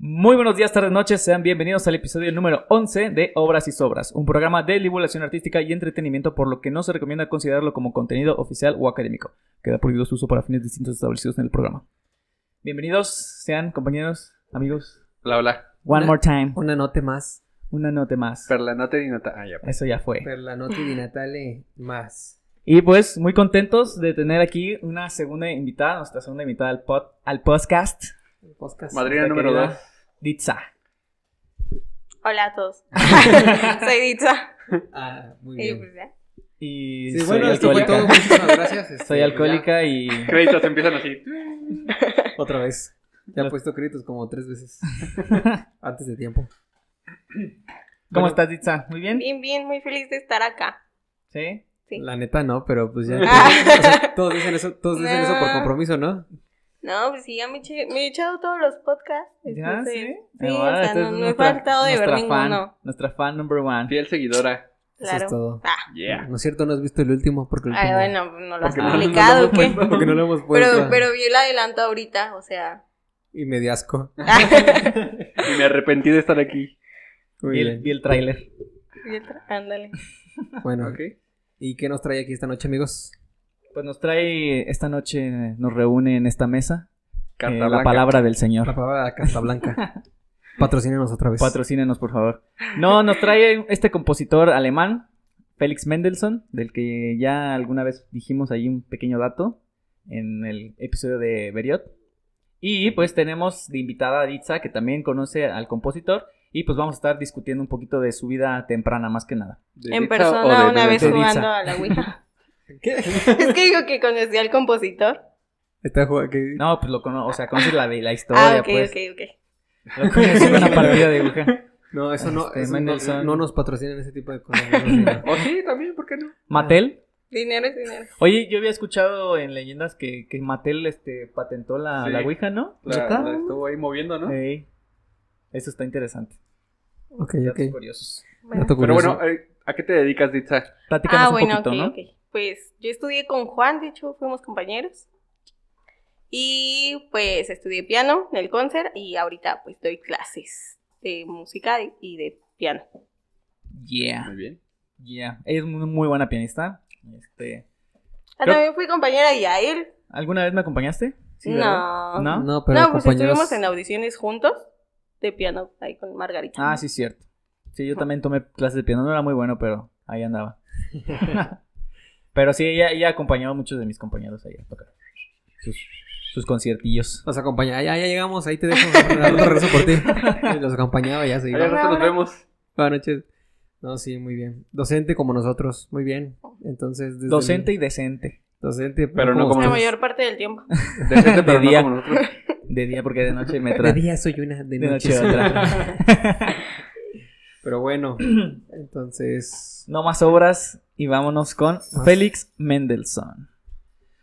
Muy buenos días, tardes, noches. Sean bienvenidos al episodio número 11 de Obras y Sobras, un programa de divulgación artística y entretenimiento, por lo que no se recomienda considerarlo como contenido oficial o académico. Queda prohibido su uso para fines distintos establecidos en el programa. Bienvenidos, sean compañeros, amigos. Hola, hola. One Una- more time. Una nota más. Una nota más. Perla, no te di nota. Ah, ya. pues. Eso ya fue. Pero la nota de Natale más. Y pues muy contentos de tener aquí una segunda invitada, nuestra segunda invitada al, pod- al podcast, El podcast. Madrina Nuestra número querida 2. Ditsa. Hola a todos. Soy Ditsa. Ah, muy Y bien. pues ya. Y Sí, soy bueno, esto fue alcohólica. todo. Muchísimas gracias. este, Soy alcohólica y Créditos empiezan así. ya, otra vez. Ya Lo- he puesto créditos como tres veces. Antes de tiempo. ¿Cómo Bueno. estás, Ditsa? ¿Muy bien? Bien, bien, muy feliz de estar acá. Sí. Sí. La neta no, pero pues ya. Ah. o sea, todos dicen eso, todos dicen eso por No. compromiso, ¿no? No, pues sí, ya me, eché- me he echado todos los podcasts. ¿Ya? entonces- Sí. Sí, Ahora, o sea, esta no, es no he nuestra- faltado de ver nuestra fan, ninguno. Nuestra fan number one. Fiel seguidora. Eso Claro. es todo. Ah, Yeah. No es cierto, no has visto el último porque el ay, último- bueno, pues, no lo has Porque no- publicado, no ¿o lo ¿qué? hemos puesto. Porque no lo hemos puesto. Pero, pero vi el adelanto ahorita, o sea. Y me di asco. Y me arrepentí de estar aquí. Muy Vi el, bien. vi el tráiler. Ándale. Bueno, Ok. ¿y qué nos trae aquí esta noche, amigos? Pues nos trae esta noche, eh, nos reúne en esta mesa eh, Carta la blanca. palabra del La Señor. palabra de Carta Blanca. Patrocínenos otra vez. Patrocínenos, por favor. No, nos trae este compositor alemán, Félix Mendelssohn, del que ya alguna vez dijimos ahí un pequeño dato en el episodio de Beriot. Y pues tenemos de invitada a Ditsa, que también conoce al compositor. Y pues vamos a estar discutiendo un poquito de su vida temprana, más que nada. ¿De En Ditsa persona, o de una vez Bebeto? de Ditsa. jugando a la Ouija. ¿Qué? es que digo que conocía al compositor. Está jugando que No, pues lo cono o sea, conoces la, la historia, Ah, ok, pues. ok, ok. Lo conoces en una partida de Ouija. No, eso no, Este, eso Mendelssohn. no, no nos patrocinan ese tipo de cosas. no, sí, no. O Oh, sí, también, ¿por qué no? Mattel, Dinero es dinero. Oye, yo había escuchado en leyendas que, que Mattel este, patentó la, Sí. la Ouija, ¿no? La, ¿Neta? Eh, la estuvo ahí moviendo, ¿no? Ey. Eso está interesante. Ok, Datos ok. curiosos. Bueno. Dato Pero curioso. bueno, eh, ¿a qué te dedicas, Ditsa? Platícanos ah, bueno, un poquito, ok, ¿no? ok. Pues yo estudié con Juan, de hecho, fuimos compañeros. Y pues estudié piano en el concert y ahorita pues doy clases de música y- y de piano. Yeah, Muy bien. yeah. Ella es muy, muy buena pianista. Este, Ah, Creo- también fui compañera de Yael. ¿Alguna vez me acompañaste? Sí, ¿verdad? ¿No? no. No, No, pero pues compañeros. estuvimos en audiciones juntos de piano ahí con Margarita. Ah, sí, cierto. Sí, yo también tomé clases de piano. No era muy bueno, pero ahí andaba. pero sí, ella, ella acompañó a muchos de mis compañeros ahí a tocar sus, sus conciertillos. Nos acompañaba, ya, ya llegamos, ahí te dejo. Ahorita regreso por ti. Y Los acompañaba, ya se Allá iba. Hola. nosotros nos vemos. Buenas noches. No, sí, muy bien. Docente como nosotros, muy bien. Entonces, desde Docente el- y decente. docente, Pero no como como La ustedes. mayor parte del tiempo. De gente, pero De no día. como nosotros. De día, porque de noche me De trae. día soy una, de, De noche noche, soy otra. otra. Pero bueno, entonces. No más obras y vámonos con Más. Félix Mendelssohn.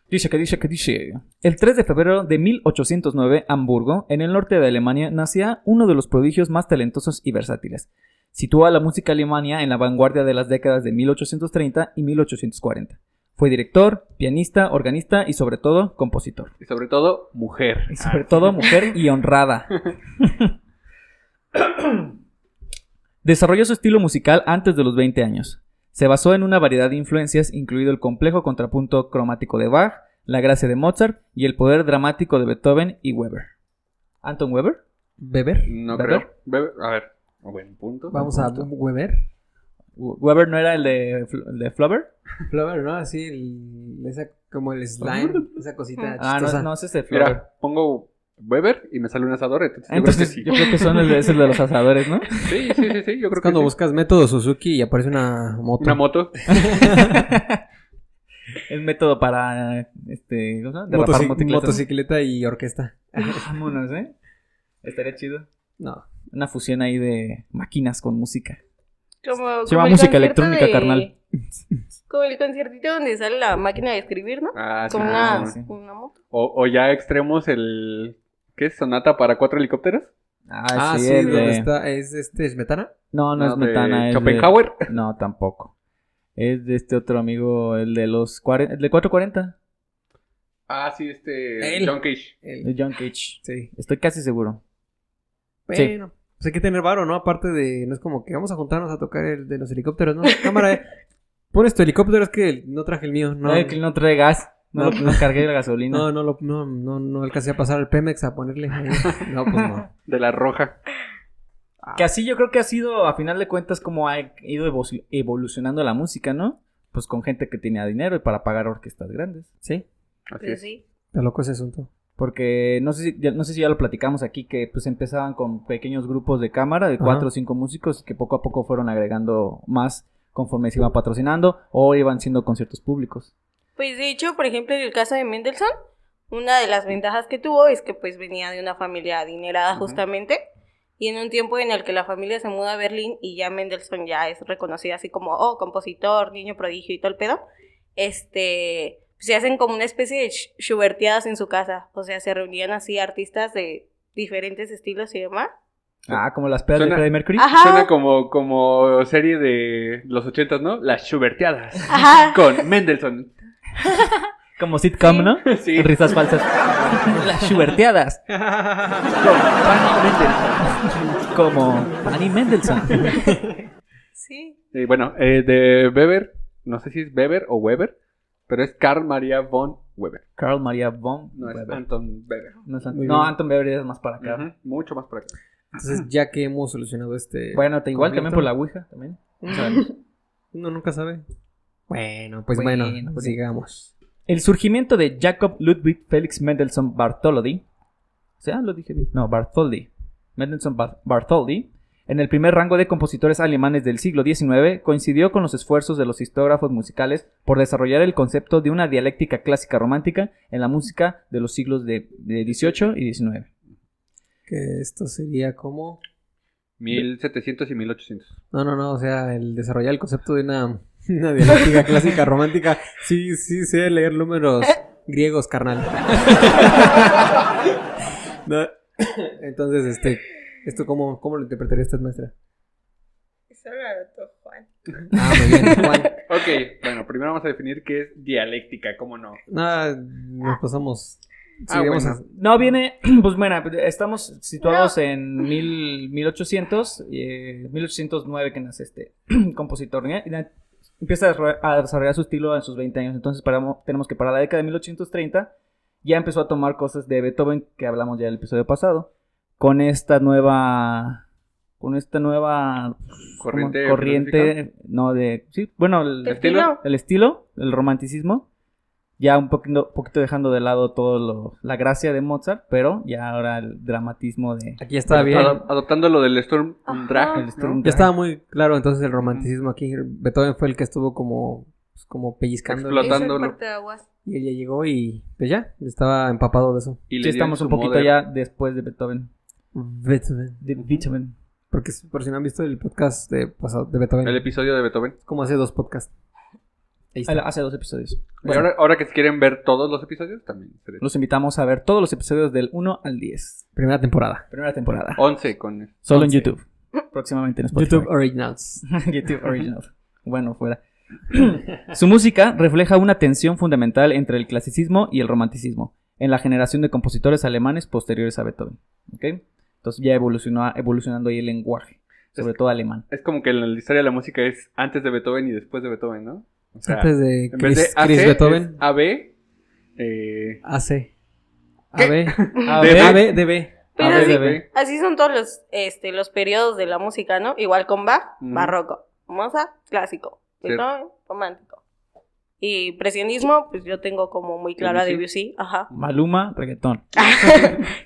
Dice que dice que dice. El 3 de febrero de 1809, Hamburgo, en el norte de Alemania, nacía uno de los prodigios más talentosos y versátiles. Sitúa a la música alemana en la vanguardia de las décadas de 1830 y 1840. Fue director, pianista, organista y sobre todo compositor. Y sobre todo, mujer. Y sobre todo mujer y honrada. Desarrolló su estilo musical antes de los 20 años. Se basó en una variedad de influencias, incluido el complejo contrapunto cromático de Bach, la gracia de Mozart y el poder dramático de Beethoven y Weber. ¿Anton Weber? ¿Beber? No ¿Beber? creo. Bebe- A ver. Buen punto. Vamos a beber. W- ¿Weber no era el de, Fl- el de Flower? Flower, ¿no? Así, el- esa, como el slime, esa cosita Ah, no, chistosa. no, ese es de Flower. Mira, pongo Weber y me sale un asador. Entonces, yo creo que Entonces, sí. yo creo que son el de, es el de los asadores, ¿no? Sí, sí, sí, sí, yo creo Es cuando que sí. buscas método Suzuki y aparece una moto. una moto. el método para, este, ¿cómo se llama? Derrapar Motocic- motocicletas, ¿no? motocicleta y orquesta. Vámonos, ¿eh? Estaría chido. No. Una fusión ahí de máquinas con música. Como, Se llama como el música concierto electrónica, carnal. Como el conciertito donde sale la máquina de escribir, ¿no? Ah, sí, Con Ah, una, sí. una moto. O, o ya extremos el. ¿Qué es? ¿Sonata para cuatro helicópteros? Ah, Ah, sí, el ¿dónde de- está? ¿Es este Smetana? No, no, es Ah, de Metana. es de- Schopenhauer. No, tampoco. Es de este otro amigo, el de los 40, el de 440, Ah, sí, este. Él. John Cage. de John Cage. Sí. Estoy casi seguro. Bueno, pues hay que tener varo, ¿no? Aparte de, no es como que vamos a juntarnos a tocar el de los helicópteros, ¿no? Cámara, eh. Pones tu helicóptero, es que no traje el mío, no. No, que no trae gas. No, No. no cargué la gasolina. No, no, lo- no, no, no alcancé a pasar al Pemex a ponerle. ahí. No, pues no. De la roja. Que así yo creo que ha sido, a final de cuentas, como ha ido evo- evolucionando la música, ¿no? Pues con gente que tenía dinero y para pagar orquestas grandes. Sí, Así Pero es. pues sí. está loco ese asunto. Porque no sé, si, ya- no sé si ya lo platicamos aquí, que pues empezaban con pequeños grupos de cámara de Ajá. cuatro o cinco músicos que poco a poco fueron agregando más conforme se iban patrocinando o iban siendo conciertos públicos. Pues de hecho, por ejemplo, en el caso de Mendelssohn, una de las ventajas que tuvo es que pues venía de una familia adinerada Ujú. justamente. Y en un tiempo en el que la familia se muda a Berlín y ya Mendelssohn ya es reconocida así como, oh, compositor, niño prodigio y todo el pedo, este, se hacen como una especie de sch- schuberteadas en su casa. O sea, se reunían así artistas de diferentes estilos y demás. Ah, como las pedas de Suena- Freddie Mercury. Ajá. Suena como, como serie de los ochentas, ¿no? Las Schuberteadas. Ajá. Con Mendelssohn. Como sitcom, Sí. ¿no? Sí. Risas falsas. las chuberteadas. Con Fanny Mendelssohn. Como Fanny Mendelssohn. Sí. Y bueno, eh, de Weber, no sé si es Weber o Weber, pero es Carl Maria von Weber. Carl Maria von No es Weber. Anton Weber. No, es Ant- Muy no, bien. Anton Weber es más para acá. Ujú, Mucho más por acá. Entonces, ya que hemos solucionado este. Bueno, te igual también Completo. por la Ouija. También. Uno nunca sabe. Bueno, pues Bueno, bueno, pues sigamos. El surgimiento de Jacob Ludwig Felix Mendelssohn Bartholdy, o sea, lo dije bien, no, Bartholdy, Mendelssohn Bar- Bartholdy, en el primer rango de compositores alemanes del siglo XIX, coincidió con los esfuerzos de los historiógrafos musicales por desarrollar el concepto de una dialéctica clásica romántica en la música de los siglos de, de XVIII y XIX. Que esto sería como. 1700 y 1800. No, no, no, o sea, el desarrollar el concepto de una, una dialéctica clásica romántica. Sí, sí, sé leer números griegos, carnal. No, Entonces, este, ¿esto cómo, cómo lo interpretaría esta maestra? Eso lo anotó Juan. Ah, muy bien, Juan. Ok, bueno, primero vamos a definir qué es dialéctica, ¿cómo no? Nada, nos pasamos. Ah, Seguimos bueno. No, viene, pues bueno, estamos situados en mil- 1800, eh, 1809 que nace este compositor. ¿eh? Y na- Empieza a desarroll- a desarrollar su estilo en sus 20 años, entonces paramo- tenemos que para la década de 1830 ya empezó a tomar cosas de Beethoven que hablamos ya en el episodio pasado, con esta nueva, con esta nueva ¿cómo? Corriente. corriente, no de, sí, bueno, el, ¿Estilo? el estilo, el romanticismo, ya un poquito, poquito dejando de lado todo lo- la gracia de Mozart, pero ya ahora el dramatísimo de Aquí está bien. Ado- adoptando lo del Storm Ajá. Drag. El Sturm Ya estaba muy claro entonces el romanticismo aquí. Beethoven fue el que estuvo como, pues, como pellizcando. Explotando. Notándolo. parte de aguas. Y él ya llegó y pues ya, estaba empapado de eso. Y le Sí, dieron estamos su un poquito modelo. ya después de Beethoven. Beethoven. De Beethoven. Porque si- por si no han visto el podcast de, pasado- de Beethoven, El episodio de Beethoven. como hace dos podcasts. Ahí está. Hace dos episodios. Y Bueno, ahora, ahora que quieren ver todos los episodios, también. seré- los invitamos a ver todos los episodios del 1 al 10. Primera temporada. Primera temporada. 11 con Solo en once. YouTube. Próximamente en Spotify. YouTube Originals. YouTube Original. Bueno, fuera. Su música refleja una tensión fundamental entre el clasicismo y el romanticismo en la generación de compositores alemanes posteriores a Beethoven. ¿ok? Entonces ya evolucionó, evolucionando ahí el lenguaje, sobre todo alemán. este. Es como que la historia de la música es antes de Beethoven y después de Beethoven, ¿no? O sea, Antes de en Chris, vez de AC, Chris es Beethoven, AB, eh, AC. ¿Qué? AB. A ver, ver, AB, DB. Pero A ver, sí, a ver. Así son todos los, este, los periodos de la música, ¿no? Igual con Bach, Ujú. barroco. Mozart, clásico. Cierto. Beethoven, romántico. Y presionismo, pues yo tengo como muy clara de Debussy, ajá. Maluma, reggaetón.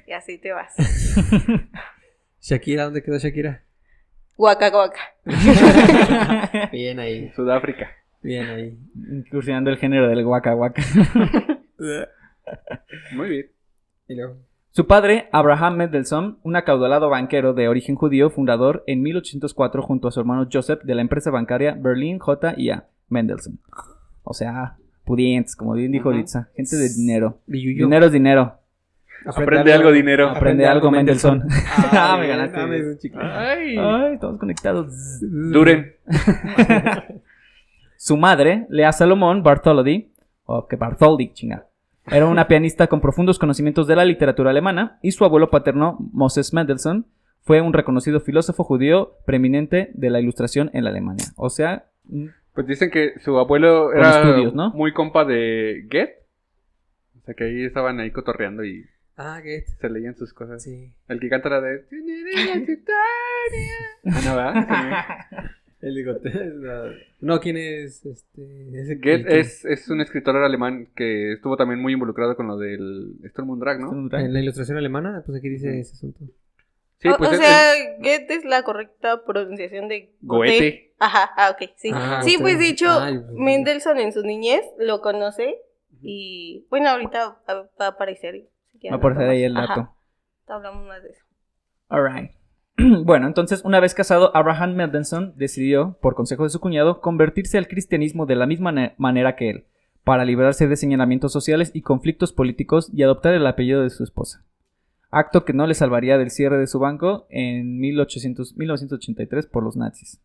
y así te vas. Shakira, ¿dónde quedó Shakira? Guaca, guaca. Bien ahí, Sudáfrica. bien ahí. Incursionando el género del waka waka. Muy bien. Y luego, Su padre, Abraham Mendelssohn, un acaudalado banquero de origen judío, fundador en 1804 junto a su hermano Joseph de la empresa bancaria Berlin J&A Mendelssohn. O sea, pudientes, como bien dijo Ujú. Litza, gente de dinero. Biyuyo. Dinero es dinero. Aprende, algo, dinero. Aprende algo, Mendelssohn. Ah, me ganaste. Ay. Ay, estamos conectados. Duren. Su madre, Lea Salomón Bartholdy, o que Bartholdy, chinga, era una pianista con profundos conocimientos de la literatura alemana y su abuelo paterno, Moses Mendelssohn, fue un reconocido filósofo judío preeminente de la ilustración en la Alemania. O sea, un- Pues dicen que su abuelo era estudios, ¿no? muy compa de Goethe. O sea que ahí estaban ahí cotorreando y Ah, que se leían sus cosas. Sí. El que canta la de... Ah, no, ¿verdad? El bigote. es la- No, ¿quién es? Este, ese que- Goethe es, es un escritor alemán que estuvo también muy involucrado con lo del Sturm und Drang, ¿no? un drag. En la ilustración alemana, pues aquí dice ese asunto. Sí, o, pues o es- sea, Goethe es la correcta pronunciación de Goethe. Ajá, ah, ok, sí. Ah, sí, ok. pues de hecho, Ay, pues, Mendelssohn en su niñez lo conoce y bueno, ahorita va va a aparecer. si quieren Va a aparecer hablamos. ahí el Ajá, dato. hablamos más de eso. Alright. Bueno, entonces, una vez casado, Abraham Mendelssohn decidió, por consejo de su cuñado, convertirse al cristianismo de la misma ne- manera que él, para librarse de señalamientos sociales y conflictos políticos y adoptar el apellido de su esposa. Acto que no le salvaría del cierre de su banco en 1800 1983 por los nazis.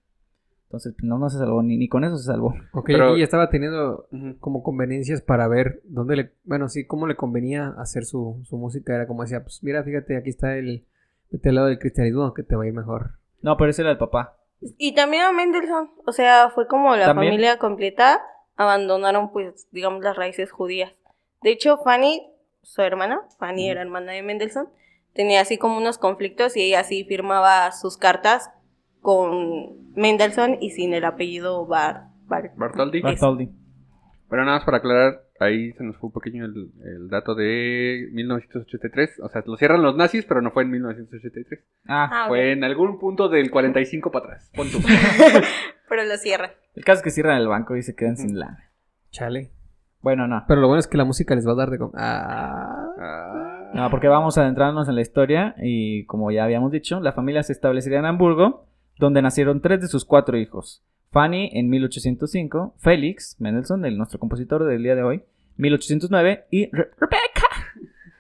Entonces, no, no se salvó, ni, ni con eso se salvó. Ok, Pero- aquí ya estaba teniendo Ujú. como conveniencias para ver dónde le, bueno, sí, cómo le convenía hacer su, su música. Era como decía, pues mira, fíjate, aquí está el, vete al lado del cristianismo que te va a ir mejor. No, pero ese era el papá. Y también a Mendelssohn, o sea, fue como la También. familia completa, abandonaron pues, digamos, las raíces judías. De hecho, Fanny, su hermana, Fanny era hermana de Mendelssohn, tenía así como unos conflictos y ella así firmaba sus cartas con Mendelssohn y sin el apellido Bar. Bar- Bartholdi. Bartholdi. Pero nada más para aclarar, ahí se nos fue un pequeño el, el dato de 1983. O sea, lo cierran los nazis, pero no fue en 1983. Ah, Ah, ok. Fue en algún punto del 45 para atrás. Pon tú. Pero lo cierran. el caso es que cierran el banco y se quedan sin lana. Chale. Bueno, no. Pero lo bueno es que la música les va a dar de... com- Ah, Ah. No, porque vamos a adentrarnos en la historia y como ya habíamos dicho, la familia se establecería en Hamburgo, donde nacieron tres de sus cuatro hijos. Fanny en 1805, Félix Mendelssohn, el nuestro compositor del día de hoy, 1809 y Re- Rebecca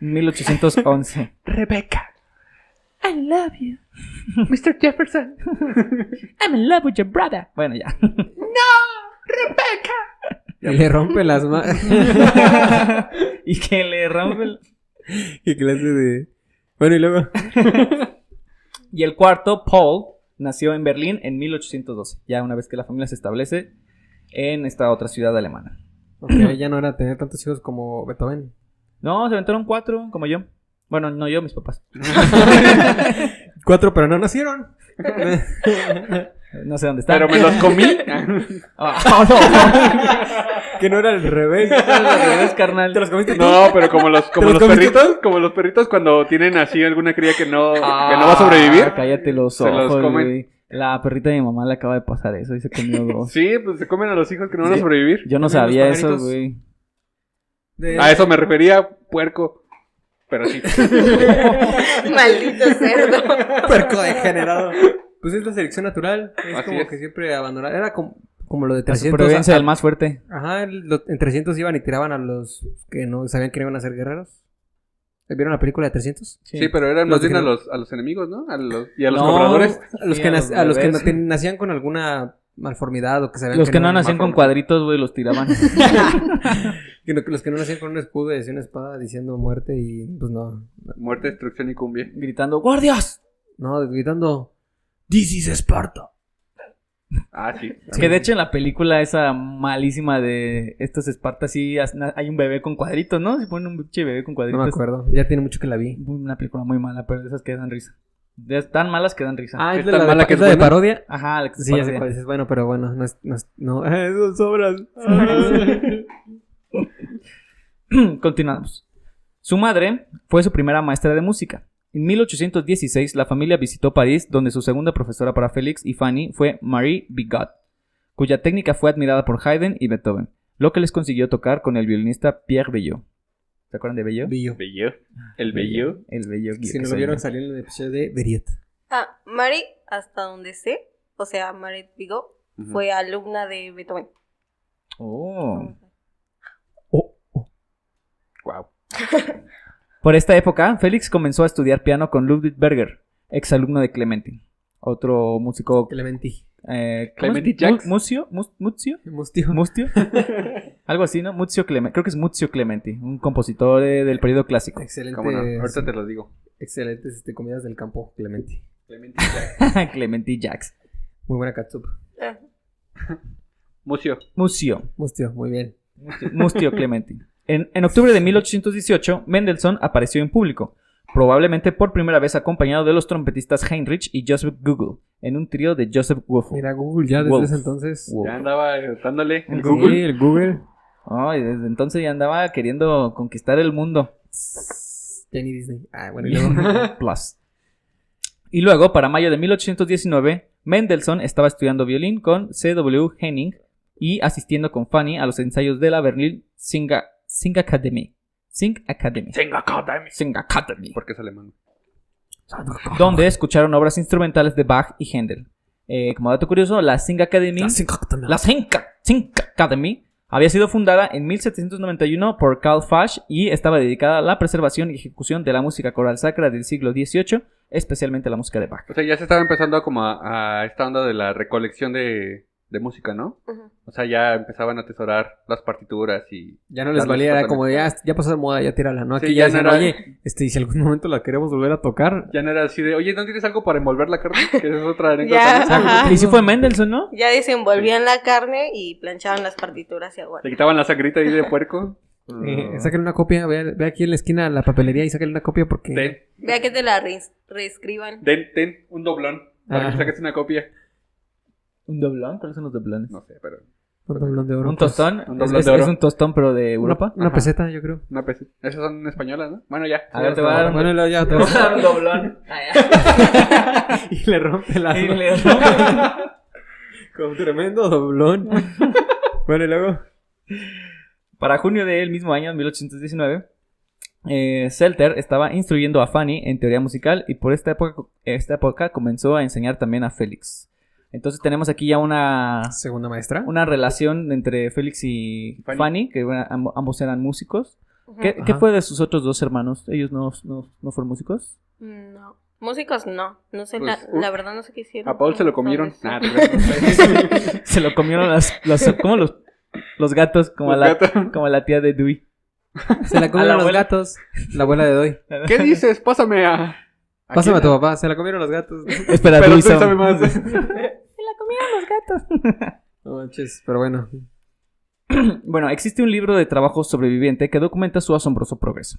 en 1811. Rebeca. I love you. Mr. Jefferson. I'm in love with your brother. Bueno, ya. y le rompe las manos. y que le rompe el- Qué clase de... Bueno, y luego... Y el cuarto, Paul, nació en Berlín en 1812, ya una vez que la familia se establece en esta otra ciudad alemana. Ok, ya no era tener tantos hijos como Beethoven. No, se aventaron cuatro, como yo. Bueno, no yo, mis papás. Cuatro, pero no nacieron. No sé dónde Ah, está. Pero me los comí. que no era al revés. carnal. ¿Te los comiste tú? No, pero como los, como ¿Te los los comiste perritos, como los perritos cuando tienen así alguna cría que no, que no va a sobrevivir. Ah, cállate los Se los ojos, comen. güey. La perrita de mi mamá le acaba de pasar eso y se comió dos. Sí, pues se comen a los hijos que no van a Sí. sobrevivir. Yo no También los sabía eso, pajaritos. güey. De- A eso me refería, puerco. Pero sí. Maldito cerdo. Puerco degenerado. Pues es la selección natural. Es Así como es. que siempre abandonar. Era como, como lo de La 300. supervivencia a- del más fuerte. Ajá, lo- en 300 iban y tiraban a los que no sabían que no iban a ser guerreros. ¿Vieron la película de 300? Sí, pero eran Los más bien que a no- los, a los enemigos, ¿no? A los, y a los No. compradores. A los Sí, que, a nac- los a los que bebés. na- ten- nacían con alguna malformidad o que sabían Los que no nacían mal- con cuadritos, güey, los tiraban. que no- los que no nacían con un escudo y una espada diciendo muerte y pues no. Muerte, destrucción y cumbia. Gritando, ¡guardias! No, gritando. This is Esparta. Ah, sí. Que de hecho en la película esa malísima de estos espartas sí has- na- hay un bebé con cuadritos, ¿no? Se pone un pinche bebé con No me cuadritos. acuerdo. Ya tiene mucho que la vi. Una película muy mala, pero de esas que dan risa. De esas tan malas que dan risa. Ah, es ¿es de tan la, de, mala pa- que es es la de buena? parodia. Ajá, la que se Sí, ya sé parecía. cuál dices. Bueno, pero bueno, no es. No, es- no. Ah, Son sobras. Continuamos. Su madre fue su primera maestra de música. En 1816 la familia visitó París, donde su segunda profesora para Félix y Fanny fue Marie Bigot, cuya técnica fue admirada por Haydn y Beethoven, lo que les consiguió tocar con el violinista Pierre Bellot. ¿Se acuerdan de Bellot? Billo. Bello. El bello. El Bellot. Si que no lo soy vieron yo. salir en el episodio de Beriet. Ah, Mari, hasta donde sé, o sea, Mari Vigo, Ujú. fue alumna de Beethoven. Oh. Oh. Guau. Por esta época, Félix comenzó a estudiar piano con Ludwig Berger, exalumno de Clementi, otro músico Que le mentí. Eh, ¿cómo Clementi es? Jacks. Mu- Mucio, Mu- Muzio, Mustio. Mustio, algo así, ¿no? Muzio Clementi, creo que es Muzio Clementi, un compositor eh, del periodo clásico. Excelentes. ¿Cómo no? Ahorita te lo digo. Excelentes este, comidas del campo, Clemente. Clemente Jack. Clementi Jacks. Muy buena catsup. Ah, Mucio. Musio. Mustio, muy bien. Mustio Clementi. En, en octubre de 1818, Mendelssohn apareció en público, probablemente por primera vez acompañado de los trompetistas Heinrich y Joseph Google, en un trío de Joseph Woffel. Mira, Google ya desde Wolf. ese entonces. Woffel. Ya andaba eh, dándole Sí. el Google. Sí, el Google. Ay, desde entonces ya andaba queriendo conquistar el mundo. Jenny Disney. Ah, bueno, y luego. Plus. Y luego, para mayo de 1819, Mendelssohn estaba estudiando violín con C.W. Henning y asistiendo con Fanny a los ensayos de la Berlin Sing, Sing Academy. Sing Academy. Sing Academy. Porque es alemán. Donde escucharon obras instrumentales de Bach y Händel. Eh, como dato curioso, la Sing Academy, La cinco también. la Sing, Sing Academy, había sido fundada en 1791 por Karl Fasch y estaba dedicada a la preservación y ejecución de la música coral sacra del siglo XVIII, especialmente la música de Bach. O sea, ya se estaba empezando como a, a esta onda de la recolección de, de música, ¿no? ujú. O sea, ya empezaban a atesorar las partituras y... Ya no les Carlos valía, era Cotonel. como ya, ya pasó de moda, ya tírala, ¿no? Sí, Aquí ya ya, no decían, era- oye, este, y si algún momento la queremos volver a tocar, Ya no era así de, oye, ¿no tienes algo para envolver la carne? Que esa es otra anécdota. Ya. ¿no? Ajá. Y si fue Mendelssohn, ¿no? Ya desenvolvían la carne y planchaban las partituras Le y aguanta. quitaban la sangrita ahí de puerco. eh, sáquenle una copia, ve, ve aquí en la esquina a la papelería y sáquenle una copia porque... Ten, Vea que te la reins- reescriban. ten, ten, un doblón. Para que Ah. saques una copia. ¿Un doblón? ¿Cuáles son los doblones? No sé, pero... Un doblón de oro. ¿Un pues. tostón? un es, doblón es- de oro. es un tostón, pero de Una, Europa. una Ajá. peseta, yo creo. Una pez. Esas son españolas, ¿no? Bueno, ya. A ver, te voy a dar un- Bueno, y luego ya te vas- un doblón. Ah, y le rompe la... Y le doy. Con tremendo doblón. bueno, y luego... Para junio del mismo año, 1819, eh, Selter estaba instruyendo a Fanny en teoría musical y por esta época, esta época comenzó a enseñar también a Félix. Entonces tenemos aquí ya una, Ah, Segunda maestra. una relación entre Félix y Fanny, Fanny. que bueno, amb- ambos eran músicos. Ujú. ¿Qué, qué Ajá. fue de sus otros dos hermanos? ¿Ellos no, no, no fueron músicos? No. Músicos no. No sé, Pues, la, la verdad no sé qué hicieron. A Paul se lo comieron. Entonces, Ah, Nah, Ah, te creas, no sé. Se lo comieron las, las- ¿cómo los, los gatos, como, a Los la, gatos. como a la tía de Dewey. Se la A la comieron los abuela. gatos. La abuela de Doy. ¿Qué dices? Pásame a... ¿A Pásame a tu quién? papá, se la comieron los gatos. Espera, Pero Dewey tú sabes sabe- más. Se la comieron los gatos. No manches, pero bueno. Bueno, existe un libro de trabajo sobreviviente que documenta su asombroso progreso.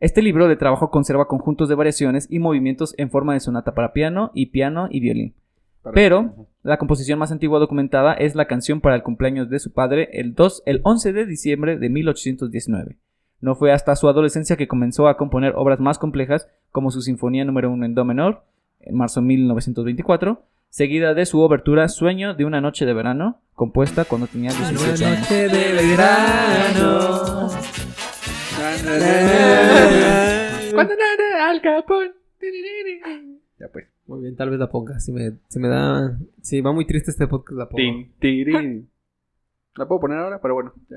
Este libro de trabajo conserva conjuntos de variaciones y movimientos en forma de sonata para piano y piano y violín. Pero la composición más antigua documentada es la canción para el cumpleaños de su padre el, 2, el 11 de diciembre de 1819. No fue hasta su adolescencia que comenzó a componer obras más complejas como su Sinfonía número 1 en Do menor, en marzo de 1924, seguida de su obertura Sueño de una noche de verano, compuesta cuando tenía 18 años. de verano. Cuando nada, Al Capón. Ya pues. Muy bien, tal vez la ponga. Si me, si me da. Si va muy triste este podcast, la pongo. Tin, tirín. La puedo poner ahora, pero bueno. ya.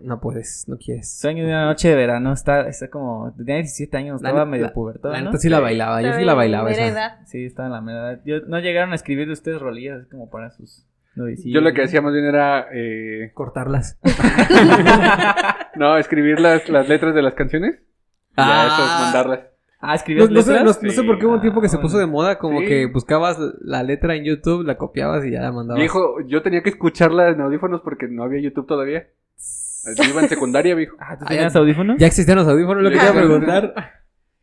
No puedes, no quieres. Sueño de una noche de verano, está, está como, tenía 17 años, La estaba neta- medio la- pubertón, La ¿no? neta sí la bailaba, yo sí la bailaba. Mera Esa. edad. Sí, estaba en la mera edad. Yo- no llegaron a escribir ustedes rolillas así como para sus novicios. Yo lo que hacía más bien era. eh, Cortarlas. no, escribir las, las letras de las canciones. Y a eso, mandarlas. Ah, escribías No, no sé, letras? no- no sé por qué hubo un tiempo que se Ah, puso de moda, como Sí. que buscabas la letra en YouTube, la copiabas y ya la mandabas. Viejo, yo tenía que escucharla en audífonos porque no había YouTube todavía. Yo iba en secundaria, viejo. Ah, ¿tú Ah, tenías ya- audífonos? Ya existían los audífonos, lo que te iba a Ya. preguntar.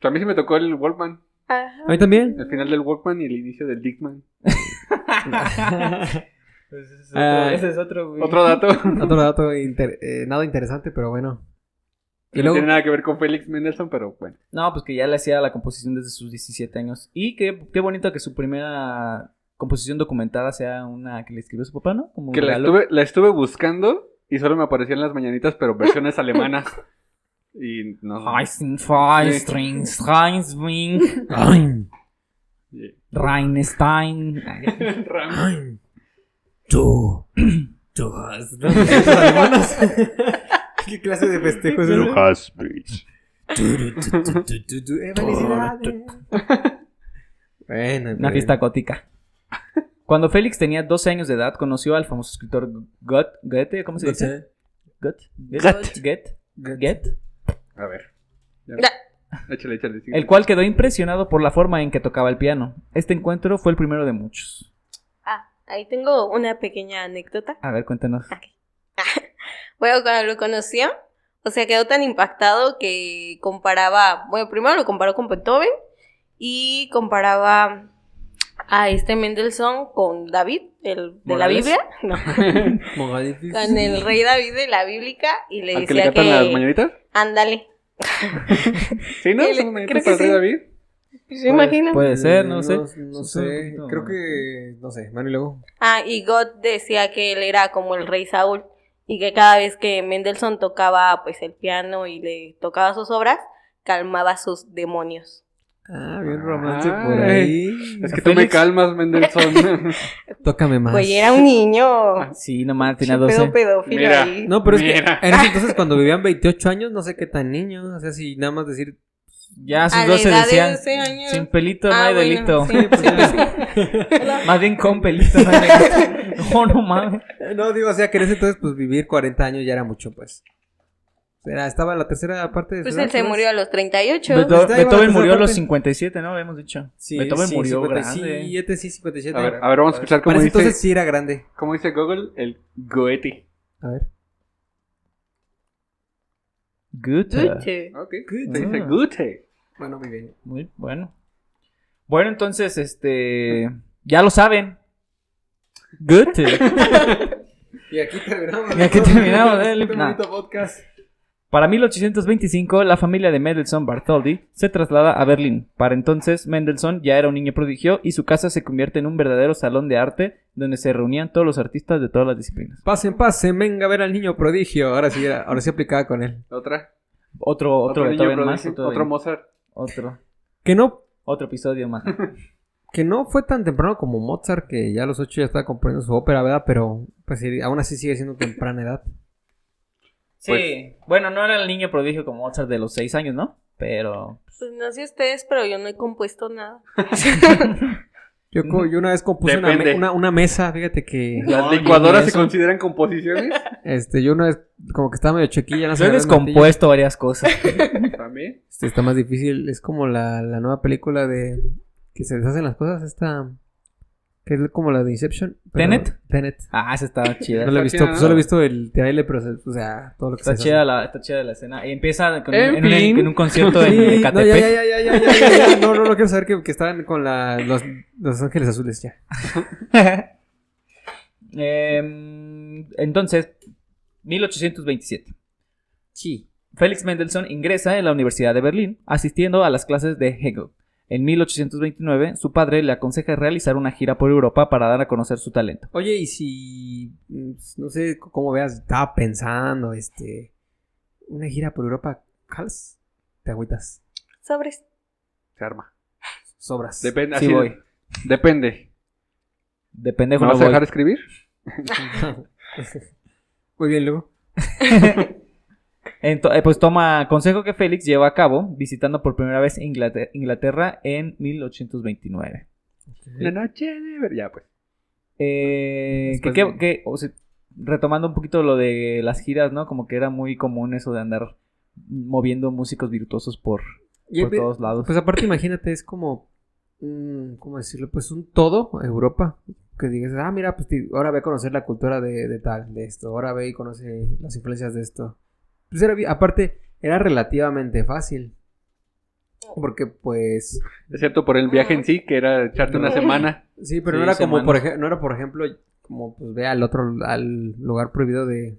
A mí sí me tocó el Walkman. Ajá. A mí también. El final del Walkman y el inicio del Dickman. Pues ese es otro, Ah, ese es otro, güey. Otro dato. Otro dato, inter- eh, nada interesante, pero bueno. Y No luego, tiene nada que ver con Félix Mendelssohn, pero bueno. No, pues que ya le hacía la composición desde sus 17 años. Y qué, qué bonito que su primera composición documentada sea una que le escribió su papá, ¿no? Como un Que la regalo. estuve, la estuve buscando y solo me aparecían las mañanitas, pero versiones alemanas. Y no. Heißen, Fein, Sí. Strings, Heinz, Wing, Ein, Rheinstein. Ay, Ram. tú, tú has- ¿Los alemanes? ¿Qué clase de festejo es eso? Tu, tu, tu, tu, tu, tu. Eh, felicidades. Bueno, Una pues, fiesta gótica. Cuando Félix tenía 12 años de edad, conoció al famoso escritor Goethe. Goethe ¿Cómo se no dice? sé. Goethe. Goethe. Goethe. A ver. Da- Échale, échale. sí. el cual quedó impresionado por la forma en que tocaba el piano. Este encuentro fue el primero de muchos. Ah, ahí tengo una pequeña anécdota. A ver, cuéntanos. Bueno, cuando lo conoció, o sea, quedó tan impactado que comparaba, bueno, primero lo comparó con Beethoven y comparaba a este Mendelssohn con David, el de la ¿Morales? Biblia, no, Mogadifis. con el rey David de la Bíblica y le ¿Al que le decía cantan las que, mañanitas? ándale, Sí, ¿no? Sí, le- Son mañanitas creo que para el rey sí. David. Pues ¿se imagina? Puede ser, no Eh, sé. No Suena un sé. poquito- Creo que. No sé. Bueno, y luego. Ah, y God decía que él era como el rey Saúl y que cada vez que Mendelssohn tocaba pues el piano y le tocaba sus obras, calmaba sus demonios. Ah, había un bien romance romance por por ahí. Es que tú me Félix. calmas, Mendelssohn. Tócame más. Pues era un niño. Sí, nomás tenía Qué pedo 12. pedófilo Mira. ahí. No, pero es Mira. que en ese entonces cuando vivían 28 años, no sé qué tan niños. O sea, si nada más decir. Ya a sus A la 12 edad de decían, 12 años. sin pelito no Ah, hay bueno, delito. sí, pues, Más bien con pelito no hay delito. No, no mames. Eh, No, digo, o sea, que en ese entonces, pues vivir 40 años ya era mucho, pues. Era, estaba en la tercera parte de su Pues edad, él se ¿no? murió a los 38. Beethoven, Está ahí, Beethoven bueno, murió a los aparte. 57, ¿no? Habíamos dicho. Sí, Beethoven sí, murió grande. 57, sí, 57. A ver, a ver, vamos a escuchar cómo Para ese dice- entonces sí era grande. ¿Cómo dice Google? El goete. A ver. Goethe. Uche. Ok. Goethe. Se dice goete. Bueno, muy bien. Muy bueno. Bueno, entonces, este... Ya lo saben. Goethe. Y aquí terminamos. Y aquí terminamos, eh, Qué Nah. bonito podcast. Para 1825, la familia de Mendelssohn Bartholdy se traslada a Berlín. Para entonces, Mendelssohn ya era un niño prodigio y su casa se convierte en un verdadero salón de arte donde se reunían todos los artistas de todas las disciplinas. Pasen, pasen, venga a ver al niño prodigio. Ahora sí, era- ahora sí aplicaba con él. Otra. Otro, otro, niño Beethoven más, prodigio, otro, otro Mozart. otro, Que no, otro episodio más. Pues, que no fue tan temprano como Mozart, que ya a los ocho ya estaba componiendo su ópera, ¿verdad? Pero pues sí, aún así sigue siendo temprana edad. Sí, bueno, no era el niño prodigio como Mozart de los 6 años, ¿no? Pero Pues no sé ustedes, pero yo no he compuesto nada. Yo, co- yo una vez compuse una, Depende. me- una- una mesa, fíjate que ¿Las No, licuadoras ni se eso. consideran composiciones? este, yo una vez como que estaba medio chequilla. no yo he sabía realmente, descompuesto varias cosas. También. este, está más difícil, es como la, la nueva película de que se deshacen las cosas, esta que es como la de Inception. pero- ¿Tenet? Tenet. Ah, esa estaba chida. No la Está he visto, chida, pues, ¿no? solo he visto el trailer, pero se- o sea, todo lo que Está se chida, la, está chida la escena. Y empieza con, En en un, fin. en un concierto en Sí, Ecatepec. no, ya, ya, ya, ya, ya, ya, ya, no, no, no quiero saber que, que estaban con la, los, los Ángeles Azules ya. Em, entonces, 1827. Sí. Félix Mendelssohn ingresa en la Universidad de Berlín, asistiendo a las clases de Hegel. En 1829, su padre le aconseja realizar una gira por Europa para dar a conocer su talento. Oye, y si, mm, no sé c- cómo veas, estaba pensando, este, una gira por Europa, ¿cals? Te agüitas, Sobres. Se arma. sobras. Depende. Sí así- voy. Depende. De ¿Me pendejo no vas a voy. dejar escribir? Muy bien, luego. Ento- eh, pues toma consejo que Félix lleva a cabo visitando por primera vez Inglater- Inglaterra en 1829. La noche de ver- Ya, pues. Eh, que, Después que- de- que, o sea, retomando un poquito lo de las giras, ¿no? Como que era muy común eso de andar moviendo músicos virtuosos por, Y por ve- todos lados. Pues aparte, imagínate, es como, mm, ¿cómo decirlo? Pues un todo, Europa. Que digas, ah, mira, pues ti- ahora ve a conocer la cultura de, de tal, de esto. Ahora ve y conoce las influencias de esto. Pues era, bi- aparte, era relativamente fácil. Porque, pues, Excepto por el viaje en sí, que era echarte una semana. sí, pero Sí, no era como, semana. por ejemplo, no era, por ejemplo, como, pues, ve al otro, al lugar prohibido de,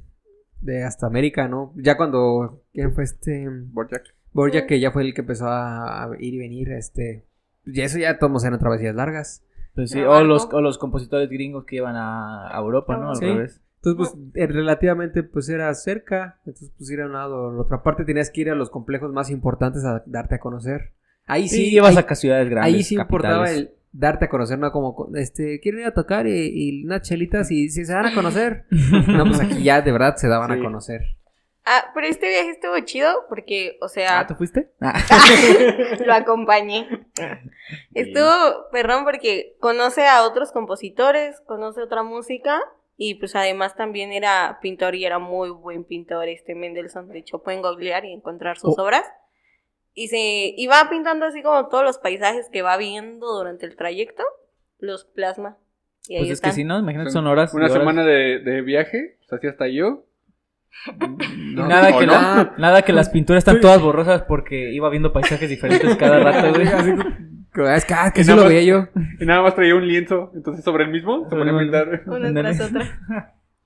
de hasta América, ¿no? Ya cuando, ¿quién fue este? Borjak. Borja, que ya fue el que empezó a a ir y venir, este... Y eso ya todos eran travesías largas. Pues sí, Era o barco. los, o los compositores gringos que iban a, a Europa, ¿no? Al Sí. revés. Entonces, pues, eh, relativamente, pues, era cerca. Entonces, pues, ir a un lado o a la otra parte. Tenías que ir a los complejos más importantes a darte a conocer. Ahí sí, Sí, ibas ahí, a ca- ciudades grandes. ahí sí importaba capitales. el darte a conocer, ¿no? Como, con- este, quieren ir a tocar y, y unas chelitas y si se dan a conocer. no, pues, aquí ya, de verdad, se daban a Sí. conocer. Ah, pero este viaje estuvo chido porque, o sea, Ah, ¿tú fuiste? Ah. lo acompañé. Estuvo perrón porque conoce a otros compositores, conoce otra música y pues además también era pintor y era muy buen pintor este Mendelssohn. De hecho, pueden googlear y encontrar sus Oh. obras. Y se y va pintando así como todos los paisajes que va viendo durante el trayecto, los plasma. Y ahí Pues es están. que si no, imagínate, son horas. y Una horas. semana de, de viaje, pues así hasta yo. Y Nada ¿O que, no? la- nada que las pinturas están todas borrosas porque iba viendo paisajes diferentes cada rato, güey. Así como, es que, ah, que Y sí nada lo más- veía yo. Y nada más traía un lienzo, entonces sobre el mismo se Sobre el ponía mismo. a pintar. Una Ándale. tras otra.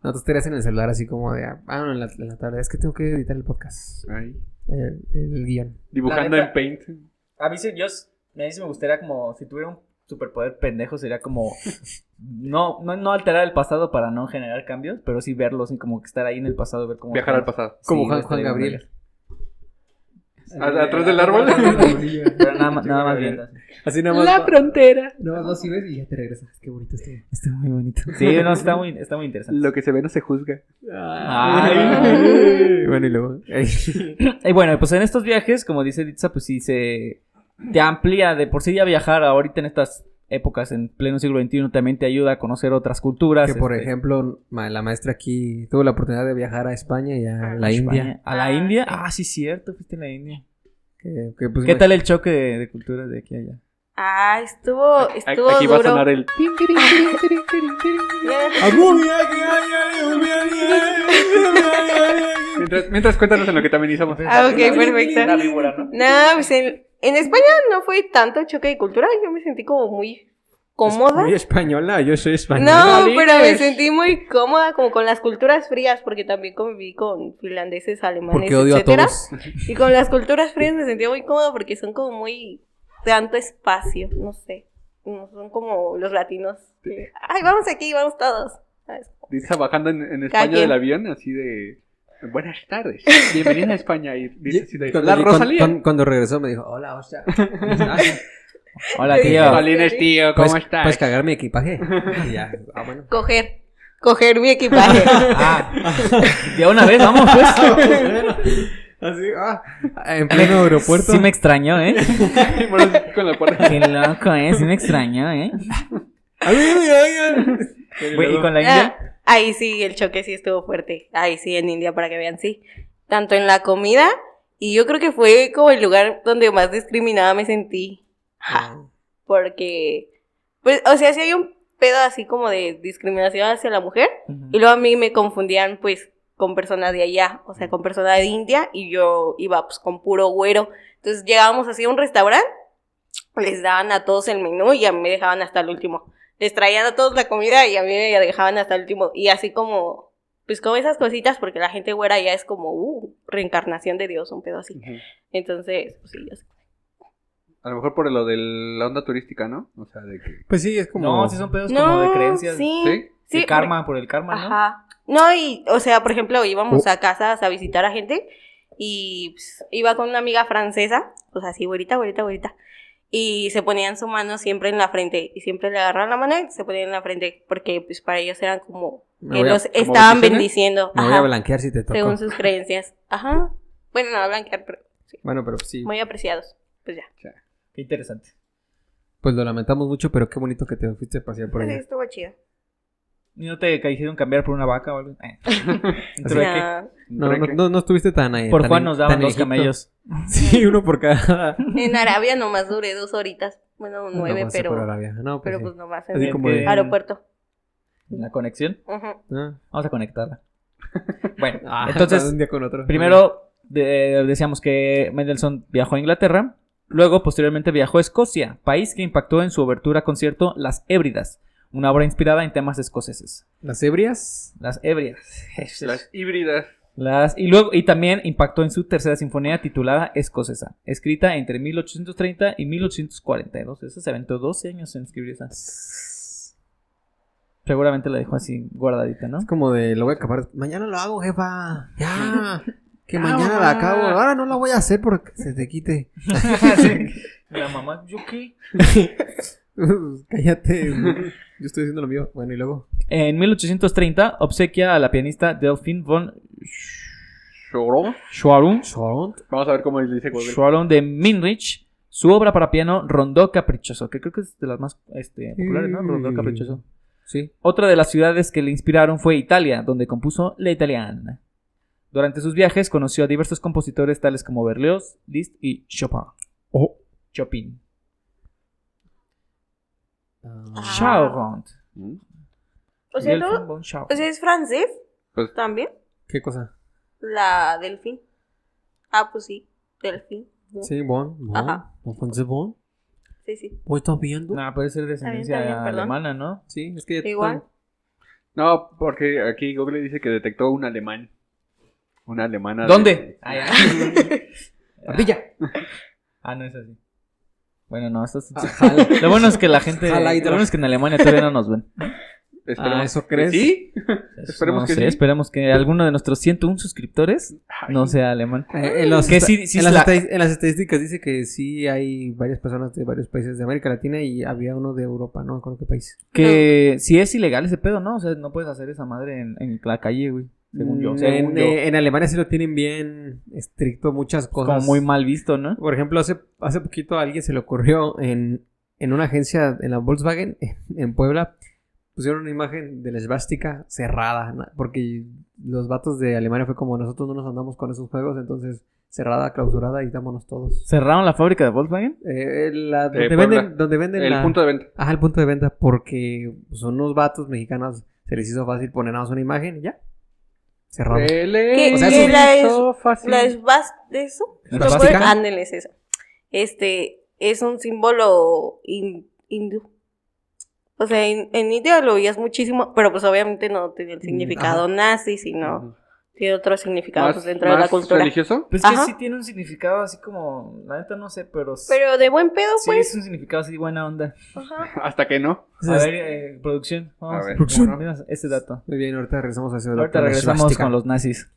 No, tú estarías en el celular así como de, ah, no, en la, en la tarde. Es que tengo que editar el podcast. Ahí, eh, el guión. Dibujando La neta. en paint. A mí sí, yo, s- a mí sí me gustaría como, si tuviera un superpoder pendejo, sería como, no, no, no alterar el pasado para no generar cambios, pero sí verlo, así como que estar ahí en el pasado, ver cómo... Viajar al pasado. Sí, Como Juan- güey, Juan estaría Gabriel. bueno. ¿A- atrás del árbol? Pero nada, ma- nada más viendo. Así nada más. La frontera. Nada más vas y ves y ya te regresas. Qué bonito estuvo. Está muy bonito. Sí, no, está muy, está muy interesante. que se ve no se juzga. Ay. Bueno, y luego. este, Y bueno, pues en estos viajes, como dice Ditsa, pues sí se te amplía de por sí ya viajar ahorita en estas épocas en pleno siglo XXI también te ayuda a conocer otras culturas. que por este, ejemplo, ma- la maestra aquí tuvo la oportunidad de viajar a España y a la España. India. A la India. Ah, sí, cierto, fuiste a la India. Que, que, pues, ¿Qué ma- tal el choque de, de culturas de aquí a allá? Ah, estuvo, Aquí estuvo va a duro. sonar el. Mientras, mientras cuéntanos en lo que también hicimos. Ah, ok, perfecto. Una víbora, ¿no? No, pues en, en España no fue tanto choque de cultura, yo me sentí como muy cómoda. Muy española, yo soy española. No, pero me sentí muy cómoda como con las culturas frías, porque también conviví con finlandeses, alemanes, Porque odio a etcétera. todos. Y con las culturas frías me sentí muy cómoda porque son como muy tanto espacio, no sé. No son como los latinos. que, Ay, vamos aquí, vamos todos. ¿sabes? Dice "Ah, bajando en, en Cada España quien. del avión, así de. Buenas tardes. Bienvenida a España. Y dice así de. Cuando- La cuan- Rosalía. cuan- cuando regresó me dijo, hola, Osha. Hola, tío. Jolines, tío, ¿cómo ¿Puedes, estás? ¿Puedes cagar mi equipaje? Y ya, ah, bueno. Coger, coger mi equipaje. Ah, ya una vez, vamos, pues. Así, ah, en pleno aeropuerto. Sí me extrañó, ¿eh? Y bueno, así con la puerta. Qué loco, ¿eh? Sí me extrañó, ¿eh? Ay, ay, ay, ay. Güey, ¿Y con la India? Ah, ahí sí, el choque sí estuvo fuerte. Ahí sí, en India, para que vean, sí. Tanto en la comida, y yo creo que fue como el lugar donde más discriminada me sentí. ah, Porque, pues, o sea, si hay un pedo así como de discriminación hacia la mujer, y luego a mí me confundían, pues, con personas de allá, o sea, con personas de India, y yo iba, pues, con puro güero. Entonces llegábamos así a un restaurante, les daban a todos el menú y a mí me dejaban hasta el último. Les traían a todos la comida y a mí me dejaban hasta el último. Y así como, pues, como esas cositas, porque la gente güera ya es como, uh, reencarnación de Dios, un pedo así. Ujú. Entonces, pues, sí, ya sé. A lo mejor por lo de la onda turística, ¿no? O sea, de que. Pues sí, es como. No, sí son pedos como de creencias. sí. ¿Sí? De sí, karma, por el karma, ¿no? Ajá. No, y, o sea, por ejemplo, íbamos Oh. a casas a visitar a gente y pues, iba con una amiga francesa, pues así, güerita, güerita, güerita. Y se ponían su mano siempre en la frente y siempre le agarraban la mano y se ponían en la frente porque pues para ellos eran como Me que voy a- los ¿como estaban bendiciones? bendiciendo Me voy a ajá, blanquear si te toco. según sus creencias. Ajá. Bueno, no, blanquear, pero Bueno, pero sí. muy apreciados. Pues ya. Qué interesante. Pues lo lamentamos mucho, pero qué bonito que te fuiste a pasear por Pues, allá. estuvo chido. ¿Y no te hicieron cambiar por una vaca o algo? Eh. Pero hay que- Nah. No, no, no, no estuviste tan ahí. Por Eh, tan Juan en- nos daban tan dos viejito. camellos. Sí, uno por cada. En Arabia nomás duré dos horitas. Bueno, No, nueve, no sé pero, por Arabia. No, pues pero sí. pues nomás en Así Es como que- de. aeropuerto. en la conexión. Ujú. Ah. Vamos a conectarla. Bueno, Ah, entonces, un día con otro. primero de- decíamos que Mendelssohn viajó a Inglaterra. Luego, posteriormente, viajó a Escocia, país que impactó en su obertura concierto Las Hébridas, una obra inspirada en temas escoceses. Las ebrias. Las Hébridas. Las híbridas. Las- y luego y también impactó en su tercera sinfonía titulada Escocesa, escrita entre 1830 y 1842. Esa se aventó 12 años en escribir esa. Seguramente la dejó así guardadita, ¿no? Es como de, lo voy a acabar. Mañana lo hago, jefa. Ya. Que Ah, mañana la mamá. acabo. Ahora no la voy a hacer porque se te quite. La mamá, ¿yo qué? Cállate. Yo estoy haciendo lo mío. Bueno, y luego. En 1830 obsequia a la pianista Delphine von Lloró. Schwarun, Short. Vamos a ver cómo dice Google. Schwarun de Minrich su obra para piano Rondó Caprichoso, que creo que es de las más este, populares, ¿no? Rondó Mm. Caprichoso. Sí. Otra de las ciudades que le inspiraron fue Italia, donde compuso La Italiana. Durante sus viajes conoció a diversos compositores tales como Berlioz, Liszt y Chopin. Oh. Chopin. Ah. Charon. ¿Mm? O sea, Wilhelm ¿no? von Charon. O sea, es francés Pues- también. ¿Qué cosa? La delfín. Ah, pues sí, delfín. ¿no? Sí, Bon. Bon. Ajá. Alfonso Bon. Sí, sí. ¿Vos estás viendo? Nah, puede ser descendencia bien, perdón. alemana, ¿no? Sí, es que ya Igual. No, porque aquí Google dice que detectó un alemán. Una alemana. de- ¿Dónde? Ah, ya. Ah, no es así. Bueno, no, esto es... Ah, Lo bueno es que la gente... Jala y Lo bueno es que en Alemania todavía no nos ven. Esperemos Ah, ¿eso que crees? Sí. Esperemos Esperemos que que sí. Esperemos que alguno de nuestros 101 suscriptores Ay, no sea alemán. Eh, en, los Que esta- sí- sí se en las la- estadis- en las estadísticas dice que sí hay varias personas de varios países de América Latina y había uno de Europa, no me acuerdo qué país. Que si es ilegal ese pedo, ¿no? O sea, no puedes hacer esa madre en, en la calle, güey. Según yo. Mm, Según en, yo. eh, en Alemania sí lo tienen bien estricto muchas cosas. Como muy mal visto, ¿no? Por ejemplo, hace, hace poquito a alguien se le ocurrió en, en una agencia, en la Volkswagen, en Puebla, pusieron una imagen de la esvástica cerrada, na- porque los vatos de Alemania fue como nosotros no nos andamos con esos juegos, entonces cerrada, clausurada y dámonos todos. ¿Cerraron la fábrica de Volkswagen? Eh, la- Eh, donde, Puebla. venden, donde venden El la- punto de venta. Ajá, el punto de venta, porque son unos vatos mexicanos, se les hizo fácil poner nada más una imagen y ya. Cerrado. Eh, Dele. O sea, se sí. la hizo fácil. La esvás de eso. ¿La ¿Lo esvástica? pueden- Ándeles eso. Este es un símbolo hin- hindú. O sea, en, en India lo veías muchísimo, pero pues obviamente no tenía el Mm, significado ajá. nazi, sino Ujú. tiene otro significado pues, ¿Más, dentro de la más cultura. religioso? Pues que Ajá. que sí sí tiene un significado así como... La neta no sé, pero... Pero de buen pedo, Sí, pues. es un significado así buena onda. Ajá. Hasta que no. A ver, eh, producción. Vamos A ver. Producción. ¿Cómo Ese dato. Muy bien, ahorita regresamos a hacer el Ahorita dato de la regresamos esvástica. con los nazis.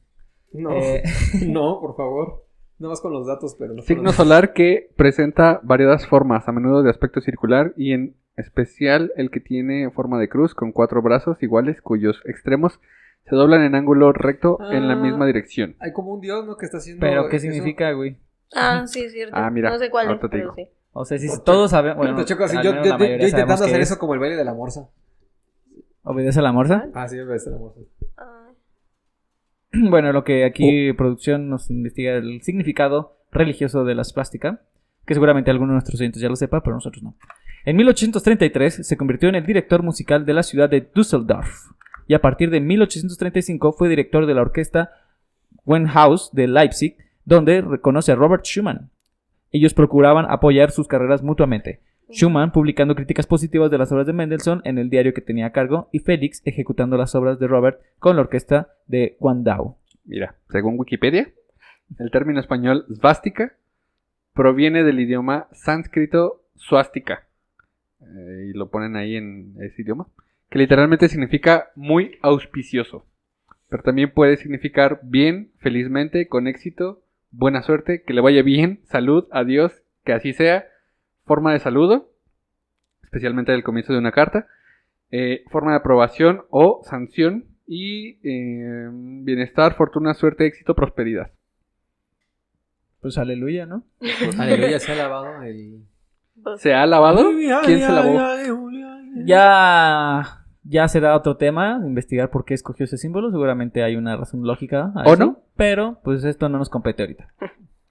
No. Eh, No, por favor. Nada más con los datos, pero no. Signo solar que presenta variadas formas, a menudo de aspecto circular y en especial el que tiene forma de cruz con cuatro brazos iguales cuyos extremos se doblan en ángulo recto en la Ah. misma dirección. Hay como un dios, ¿no? Que está haciendo. pero, ¿qué eso. significa, güey? Ah, sí, es cierto. Ah, mira, no sé cuál es, ahorita te pero digo. sí. O sea, si Ocho. todos sabemos... Bueno, Te choco así, al yo, menos yo- la yo- yo mayoría sabemos intentando que hacer es- eso como el baile de la morsa. ¿Obedece a la morsa? Ah, sí, el baile de la morsa. Ah, Bueno, lo que aquí producción nos investiga el significado religioso de la plástica, que seguramente alguno de nuestros oyentes ya lo sepa, pero nosotros no. En 1833 se convirtió en el director musical de la ciudad de Düsseldorf y a partir de 1835 fue director de la orquesta Wenhaus de Leipzig, donde reconoce a Robert Schumann. Ellos procuraban apoyar sus carreras mutuamente. Schumann publicando críticas positivas de las obras de Mendelssohn en el diario que tenía a cargo y Félix ejecutando las obras de Robert con la orquesta de Guandao. Mira, según Wikipedia, el término español svástica proviene del idioma sánscrito suástica. eh, y lo ponen ahí en ese idioma. Que literalmente significa muy auspicioso. Pero también puede significar bien, felizmente, con éxito, buena suerte, que le vaya bien, salud, adiós, que así sea. Forma de saludo, especialmente al comienzo de una carta. eh, forma de aprobación o sanción. Y eh, bienestar, fortuna, suerte, éxito, prosperidad. Pues aleluya, ¿no? Aleluya, se ha lavado el. pues, ¿Se ha lavado? ¿Eh? ¿Quién se lavó? Ya, ya será otro tema investigar por qué escogió ese símbolo. Seguramente hay una razón lógica. a ¿O eso, no? Pero pues esto no nos compete ahorita.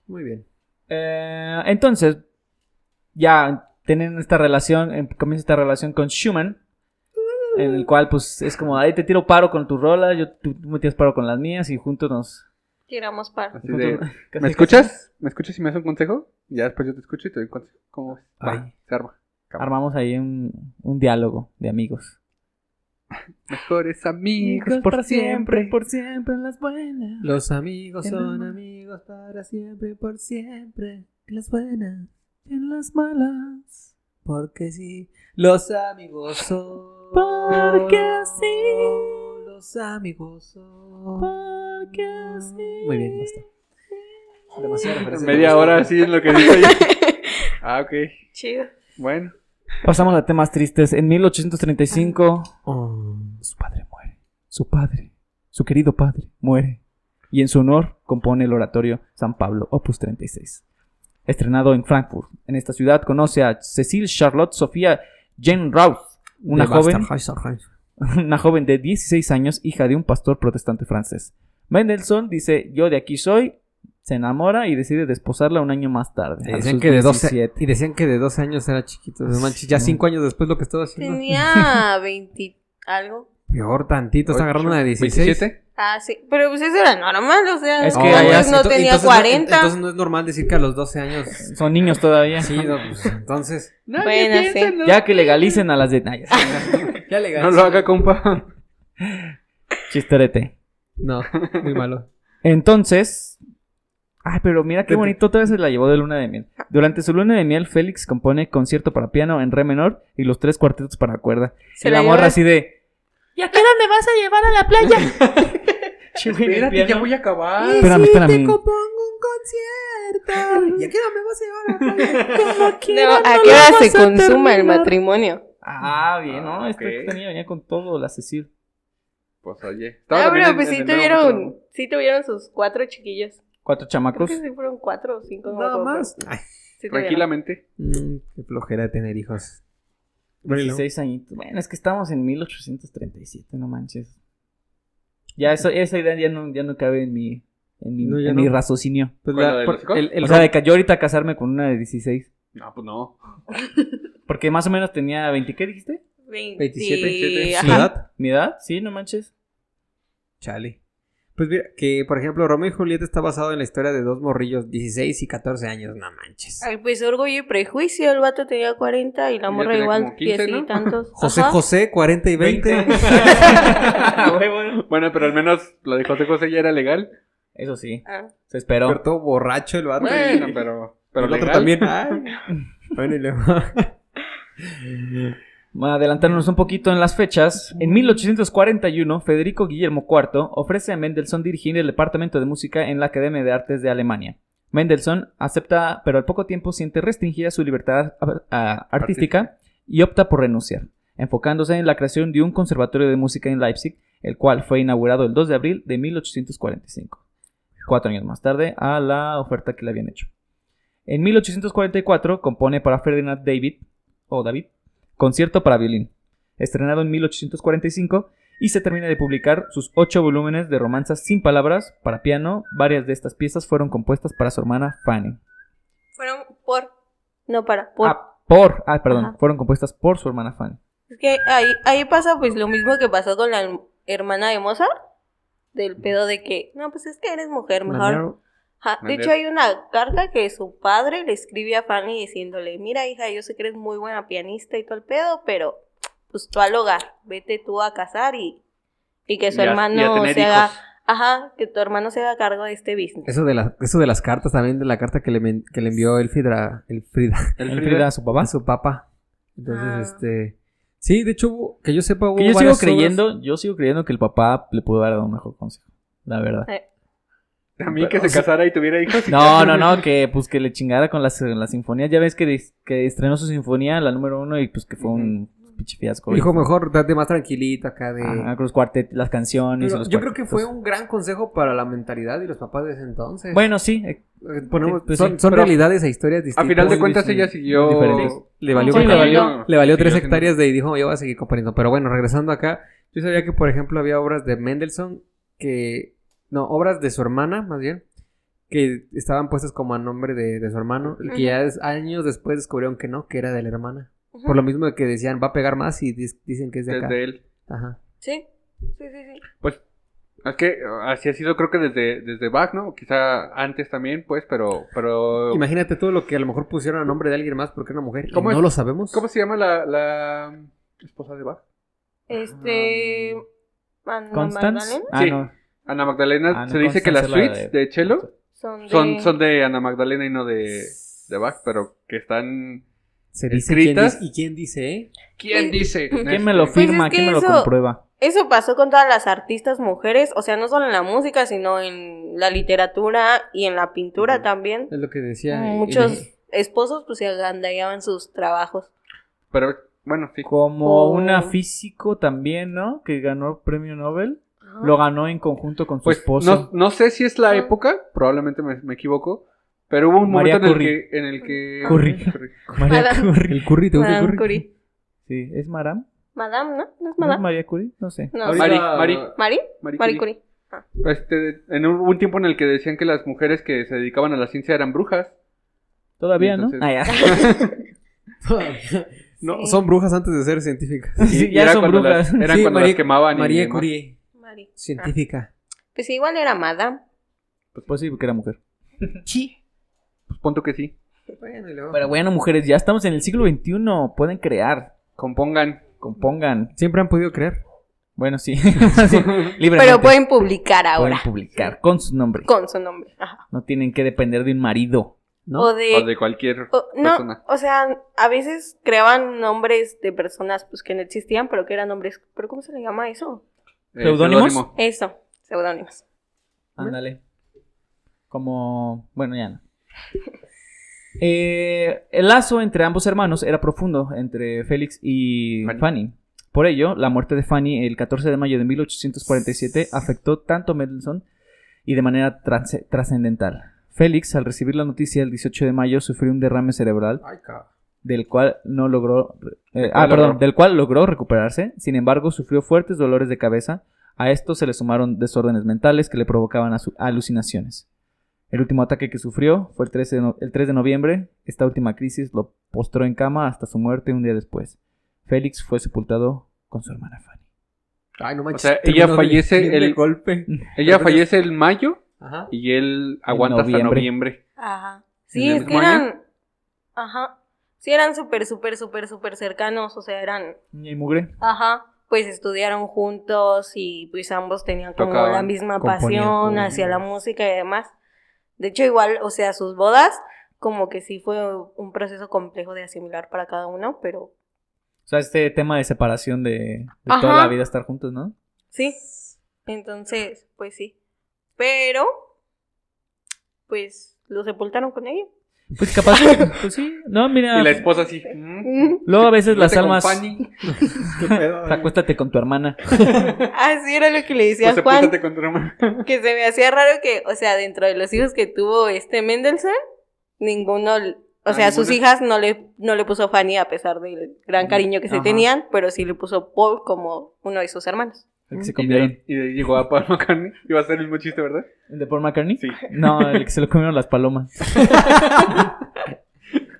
Muy bien. Eh, entonces, ya tienen esta relación, em- comienza esta relación con Schumann. En el cual, pues, es como, ahí te tiro paro con tu rola, yo, tú, tú me tiras paro con las mías y juntos nos... tiramos para. Así de, juntos- casi- ¿Me escuchas? ¿Me escuchas si me das un consejo? Ya después yo te escucho y te doy un consejo. ¿Cómo ves? Va, Ay. se arma. Armamos ahí un, un diálogo de amigos. Mejores amigos por siempre. por siempre en las buenas. Los amigos En son la- amigos para siempre, por siempre. Las buenas, en las malas. porque sí. Los amigos son. Porque sí. Los amigos son. Porque sí. Muy bien, basta. Demasiada referencia. Media hora así en lo que dijo ella. Ah, ok. Chido. Bueno. Pasamos a temas tristes. En 1835, Oh. su padre muere. Su padre, su querido padre, muere. Y en su honor compone el oratorio San Pablo, opus 36. Estrenado en Frankfurt. En esta ciudad conoce a Cecil Charlotte Sofía Jane Rouse, una De joven Master Heiser, Heiser. una joven de 16 años, hija de un pastor protestante francés. Mendelssohn dice, yo de aquí soy, se enamora y decide desposarla un año más tarde. a Decían sus que de 12, 17. y decían que de 12 años era chiquito. No manches, ya Sí. 5 años después lo que estaba haciendo. Tenía 20 algo. Peor tantito, está agarrando una de 16. 17. Ah, sí. Pero pues eso era normal, o sea, Es es que que allá Entonces, no ento- tenía entonces no- 40. entonces no es normal decir que a los 12 años. Son niños todavía. Sí, no, pues, entonces. Nadie Bueno, piensa sí. en los- Ya que legalicen a las de... Ay, ya sé, Ya legal. No lo haga, compa. Chisterete. No, muy malo. Entonces... Ay, pero mira qué Te- te- bonito, otra vez se la llevó de luna de miel. Durante su luna de miel, Félix compone concierto para piano en re menor y los tres cuartetos para cuerda. Se y la la morra lleva- así de... ¿Y a qué hora me vas a llevar a la playa? Espérate, ya voy a acabar. Espérame, espérame. ¿Y a qué hora me vas a llevar? No, ¿A qué hora se consuma el matrimonio? Ah, bien, ¿no? Ah, Este ok. tenía venía con todo, la Cecil. Pues oye. Estaba No, también pero en- pues en sí el nuevo programa. tuvieron, sí tuvieron sus cuatro chiquillos. Cuatro Creo chamacos. que sí fueron cuatro o cinco. no me Nada acuerdo, más. Ay, pero sí tuvieron. Tranquilamente. mm, qué flojera de tener hijos. 16 añitos. Bueno, es que estamos en 1837, no manches. Ya eso, esa idea ya no, ya no cabe en mi, en mi, No, ya en mi no. raciocinio. Pues ¿Cuál, la- la de por- los hijos? el- el o sea, de que yo ahorita casarme con una de 16. No, pues no. Porque más o menos tenía 20, ¿qué dijiste? 27, 27. ¿Su edad? ¿Mi edad? Sí, no manches. Chale. Pues mira, que por ejemplo, Romeo y Julieta está basado en la historia de dos morrillos, 16 y 14 años, no manches. Ay, pues orgullo y prejuicio, el vato tenía 40 y la Ella morra tenía igual como 15, 10 y ¿no? tantos. José Ajá. José, 40 y 20. A huevo. ¿eh? Bueno, pero al menos lo de José José ya era legal. Eso sí, Ah, se esperó. Pero todo borracho el vato. Bueno, pero. Pero el otro legal. también. Ay. Bueno, y luego. Adelantándonos un poquito en las fechas, en 1841 Federico Guillermo IV ofrece a Mendelssohn dirigir el departamento de música en la Academia de Artes de Alemania. Mendelssohn acepta, pero al poco tiempo siente restringida su libertad a- a- artística y opta por renunciar, enfocándose en la creación de un conservatorio de música en Leipzig, el cual fue inaugurado el 2 de abril de 1845, cuatro años más tarde a la oferta que le habían hecho. En 1844 compone para Ferdinand David, o David, Concierto para violín, estrenado en 1845 y se termina de publicar sus ocho volúmenes de romanzas sin palabras para piano. Varias de estas piezas fueron compuestas para su hermana Fanny. fueron por. No, para, por. Ah, por, ah, perdón, Ajá. fueron compuestas por su hermana Fanny. Es que ahí, ahí pasa pues lo mismo que pasó con la hermana de Mozart. Del pedo de que, no, pues es que eres mujer, mejor. Manero. Ajá. De Manero. hecho, hay una carta que su padre le escribe a Fanny diciéndole: Mira, hija, yo sé que eres muy buena pianista y todo el pedo, pero pues tú al hogar, vete tú a casar y, y que su Y a- y a hermano tener se haga. hijos. Ajá, que tu hermano se haga cargo de este business. Eso de, las eso de las cartas también, de la carta que le, men- que le envió el Fidra, el Frida El Él Frida. era su papá. a su papá. Entonces, Ah. este. Sí, de hecho, hubo- que yo sepa, hubo Que yo sigo varias obras- creyendo, yo sigo creyendo que el papá le pudo haber dado un mejor consejo. La verdad. También que se casara y tuviera hijos. No, no, no, que pues que le chingara con las, las sinfonías. Ya ves que, dis- que estrenó su sinfonía, la número uno, y pues que fue un pinche fiasco. Dijo mejor, date más tranquilito acá de. Ajá, con los cuartet- las canciones. Pero los yo creo que cuartetos. fue un gran consejo para la mentalidad y los papás de ese entonces. Bueno, sí, eh, Eh, ponemos- pues son sí, son pero- realidades e historias distintas. Este A final de Sí, cuentas sí, ella sí, siguió. diferentes. le valió, Sí, le valió. le valió tres Siguió siendo- hectáreas de y dijo, yo voy a seguir componiendo. Pero bueno, regresando acá, yo sabía que, por ejemplo, había obras de Mendelssohn que... No, obras de su hermana, más bien, que estaban puestas como a nombre de, de su hermano y que ya des- años después descubrieron que no, que era de la hermana. Ujú. Por lo mismo de que decían, va a pegar más y dis- dicen que es de acá. Desde él. Ajá. Sí, sí, sí. sí. Pues es que eh, así ha sido creo que desde, desde Bach, ¿no? Quizá antes también, pues, pero... pero Imagínate todo lo que a lo mejor pusieron a nombre de alguien más porque era una mujer y ¿Cómo no es? lo sabemos. ¿Cómo se llama la, la esposa de Bach? Este. Ana Constance. Magdalena Ah, Sí. no. Ana Magdalena. Ah, no, se dice que las Constanza es la suites de, Chelo Son de. son, son de Ana Magdalena y no de, de Bach, pero que están... Se dice quién Escritas. dice- ¿Y quién dice, eh? ¿Quién dice? ¿Quién me lo Este, firma? Pues es que ¿Quién me lo eso- comprueba? Eso pasó con todas las artistas mujeres, o sea, no solo en la música, sino en la literatura y en la pintura Ujú. también. Es lo que decía. eh, Muchos eh, esposos pues se agandallaban sus trabajos. Pero bueno, sí. Como Oh. una físico también, ¿no? Que ganó premio Nobel. Lo ganó en conjunto con su Pues no, esposo. no sé si es la Ah. época, probablemente me, me equivoco, pero hubo un María momento en Curry. el que... En el que Curry. María Madame- Curie. El curry, ¿te gusta el Madame curry? Curie. Sí, ¿es Maram? Madame, ¿no? ¿No es ¿No es Madame? María Curie? No sé. No. Marie, Marie, ¿Marie? Marie Marie Curie. Curie. Este, en un, un tiempo en el que decían que las mujeres que se dedicaban a la ciencia eran brujas. Todavía, ¿no? Entonces- Ah, ya. No, Sí. son brujas antes de ser científicas. Sí, Y ya era son cuando brujas. las- eran Sí, cuando Marie- las quemaban. y María demás. Curie, Mari. científica. Pues igual era madame. Pues sí, porque era mujer. Sí. Pues punto que sí. Bueno, y luego- Pero bueno, mujeres, ya estamos en el siglo XXI. Pueden crear, Compongan. compongan. Siempre han podido creer. Bueno, sí. Sí, libremente. Pero pueden publicar Pueden ahora. publicar con su nombre. Con su nombre. Ajá. No tienen que depender de un marido. ¿No? O O Eh, de. de cualquier eh, o- no, persona. o sea, a veces creaban nombres de personas pues que no existían, pero que eran nombres. ¿Pero cómo se le llama eso? Eh, ¿Seudónimos? seudónimo. Eso, seudónimos. Ándale. Como. Bueno, ya no. Eh, el lazo entre ambos hermanos era profundo, entre Félix y Fanny. Fanny. Por ello, la muerte de Fanny el 14 de mayo de 1847 afectó tanto a Mendelssohn y de manera trans- trascendental. Félix, al recibir la noticia el 18 de mayo, sufrió un derrame cerebral Ay, cabrón. del cual no logró eh, cual ah, perdón, logró. del cual logró recuperarse. Sin embargo, sufrió fuertes dolores de cabeza. A esto se le sumaron desórdenes mentales que le provocaban asu- alucinaciones. El último ataque que sufrió fue el 13 de no- el 3 de noviembre. Esta última crisis lo postró en cama hasta su muerte un día después. Félix fue sepultado con su hermana Fanny. Ay, no manches. sea, ella terminó bien- fallece bien de el- golpe. Ella fallece el mayo Ajá. y él aguanta hasta noviembre. noviembre. Ajá. ¿En Sí, el es que mismo año? eran. Ajá. Sí, eran súper, súper, súper, súper cercanos. O sea, eran. Y mugre. Ajá. Pues estudiaron juntos y pues ambos tenían como Tocaban, la misma componían pasión juntos. hacia la música y demás. De hecho, igual, o sea, sus bodas, como que sí fue un proceso complejo de asimilar para cada uno, pero O sea, este tema de separación de, de Ajá. toda la vida estar juntos, ¿no? sí. Entonces, pues sí. Pero, pues lo sepultaron con ella. Pues capaz, pues sí. No, mira. Y la esposa así. "Mm, Luego a veces las Vete con almas. Fanny, ¿Qué pedo? Acuéstate con tu hermana. Así Ah, era lo que le decía pues Juan. apúntate con tu hermano. Que se me hacía raro que, o sea, dentro de los hijos que tuvo este Mendelssohn, ninguno, o Ah, sea, sus ninguno. hijas no le, no le puso Fanny a pesar del gran cariño que se Ajá. tenían, pero sí le puso Paul como uno de sus hermanos. El que se Y de, comieron. ahí, y de ahí llegó a Paul McCartney. Iba a ser el mismo chiste, ¿verdad? ¿El de Paul McCartney? Sí. No, el que se lo comieron las palomas.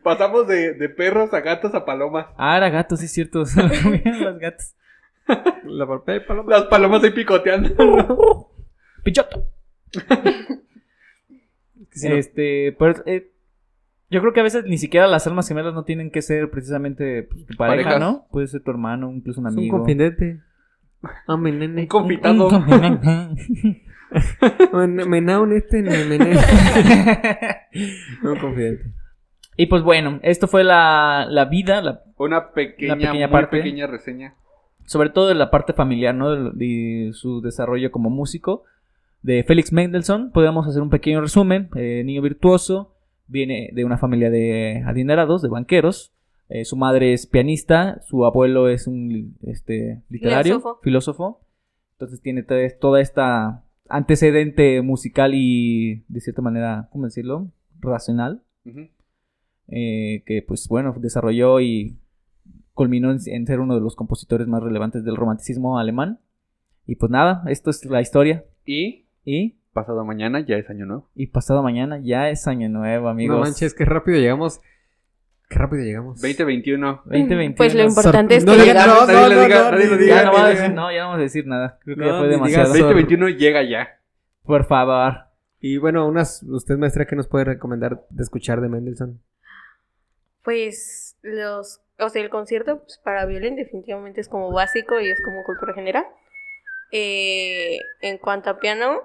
Pasamos de, de perros a gatos a palomas. Ah, era gato, sí es cierto. Se lo comieron las gatas. La golpea y paloma. Las palomas ahí picoteando. Pichoto. Que si no- Este, pero eh, yo creo que a veces ni siquiera las almas gemelas no tienen que ser precisamente pues, tu pareja, Parejas. ¿no? Puede ser tu hermano, incluso un es un amigo. confidente. Ah, mi nene. Un confitado. Ah, ne- Me naun este, ne- me nene. Un confidente. y pues bueno, esto fue la, la vida, la, Una pequeña, Una pequeña muy parte. pequeña reseña. sobre todo de la parte familiar, ¿no? De, lo- de su desarrollo como músico de Félix Mendelssohn. Podríamos hacer un pequeño resumen. Eh, niño virtuoso, viene de una familia de adinerados, de banqueros. Eh, su madre es pianista, su abuelo es un este, literario, Filósofo. filósofo. Entonces tiene te- toda esta antecedente musical y, de cierta manera, ¿cómo decirlo? Racional Ujú. eh, que pues bueno, desarrolló y culminó en, en ser uno de los compositores más relevantes del romanticismo alemán. Y pues nada, esto es la historia. Y Y, pasado mañana ya es año nuevo. y pasado mañana ya es año nuevo, amigos. No manches, qué rápido llegamos. Qué rápido llegamos. 2021. 2021. Pues lo importante es que No digas llegamos. nada, Nadie no, le no, diga, no, nadie le ni diga, ya no nadie vamos a le decir, diga. no, ya no vamos a decir nada. Creo que No, ya fue ni digas demasiado. eso. 2021 llega ya. Por favor. Y bueno, unas, usted maestra, ¿qué nos puede recomendar de escuchar de Mendelssohn? Pues los, o sea, el concierto pues, para violín definitivamente es como básico y es como cultura general. Eh, en cuanto a piano,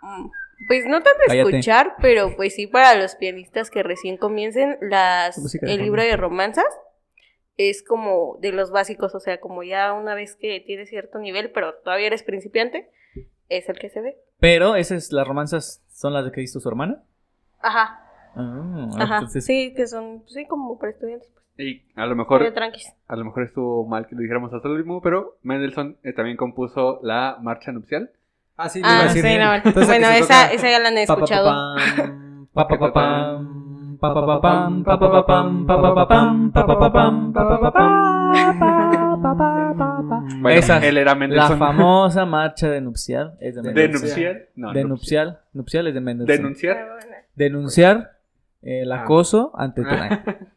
mm, pues no tanto Cállate. escuchar, pero pues sí para los pianistas que recién comiencen, las, La música de el fondo. libro de romanzas es como de los básicos, o sea, como ya una vez que tienes cierto nivel, pero todavía eres principiante, es el que se ve. Pero esas, las romanzas son las de que hizo su hermana. Ajá, Ah, ajá. entonces- Sí, que son, sí, como para estudiantes, pues, Y a lo medio mejor, tranquis. a lo mejor estuvo mal que lo dijéramos hasta el último, pero Mendelssohn eh, también compuso la marcha nupcial. Ah, sí, Ah, sí, no, bueno, esa, esa ya la han escuchado. Bueno, Esas. él era La Mendelssohn. famosa marcha de nupcial es de Mendelssohn. Denunciar. No, De nupcial. Nupcial es de Ah. Mendelssohn. Denunciar. Denunciar el acoso ante Turing.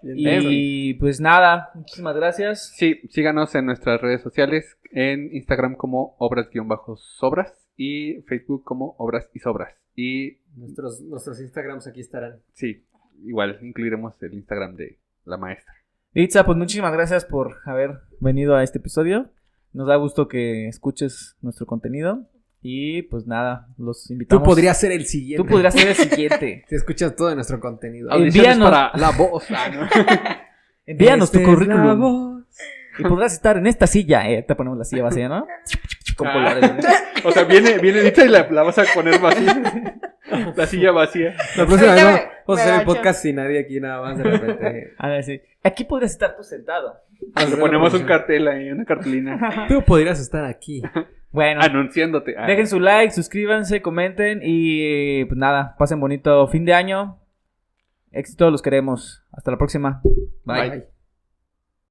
Y pues nada, muchísimas gracias. Sí, síganos en nuestras redes sociales, en Instagram como obras-sobras y Facebook como obras y sobras. Y Nuestros, nuestros Instagrams aquí estarán. sí, igual incluiremos el Instagram de la maestra. Itza, pues muchísimas gracias por haber venido a este episodio. Nos da gusto que escuches nuestro contenido. Y pues nada, los Tú invitamos. podrías ser el siguiente. Tú podrías ser el siguiente. Si escuchas todo nuestro contenido. Audiciones Audiciones Envíanos- para la voz. Ah, ¿no? Envíanos tu Esta es la currículum. voz. Y podrás estar en esta silla. Eh, te ponemos la silla vacía, ¿no? Con colores. O sea, viene, viene Dicha y la, la vas a poner vacía. La silla vacía. La próxima vez Ahorita vamos- me- vamos a me hacer el agacho. podcast sin nadie aquí nada más de repente. A ver, Ah, sí. Aquí podrías estar tú sentado. Le ponemos un cartel ahí, una cartulina. Tú podrías estar aquí. Bueno, anunciándote. Ah, dejen su like, suscríbanse, comenten y pues nada, pasen bonito fin de año. Éxito, los queremos. Hasta la próxima. Bye. Bye.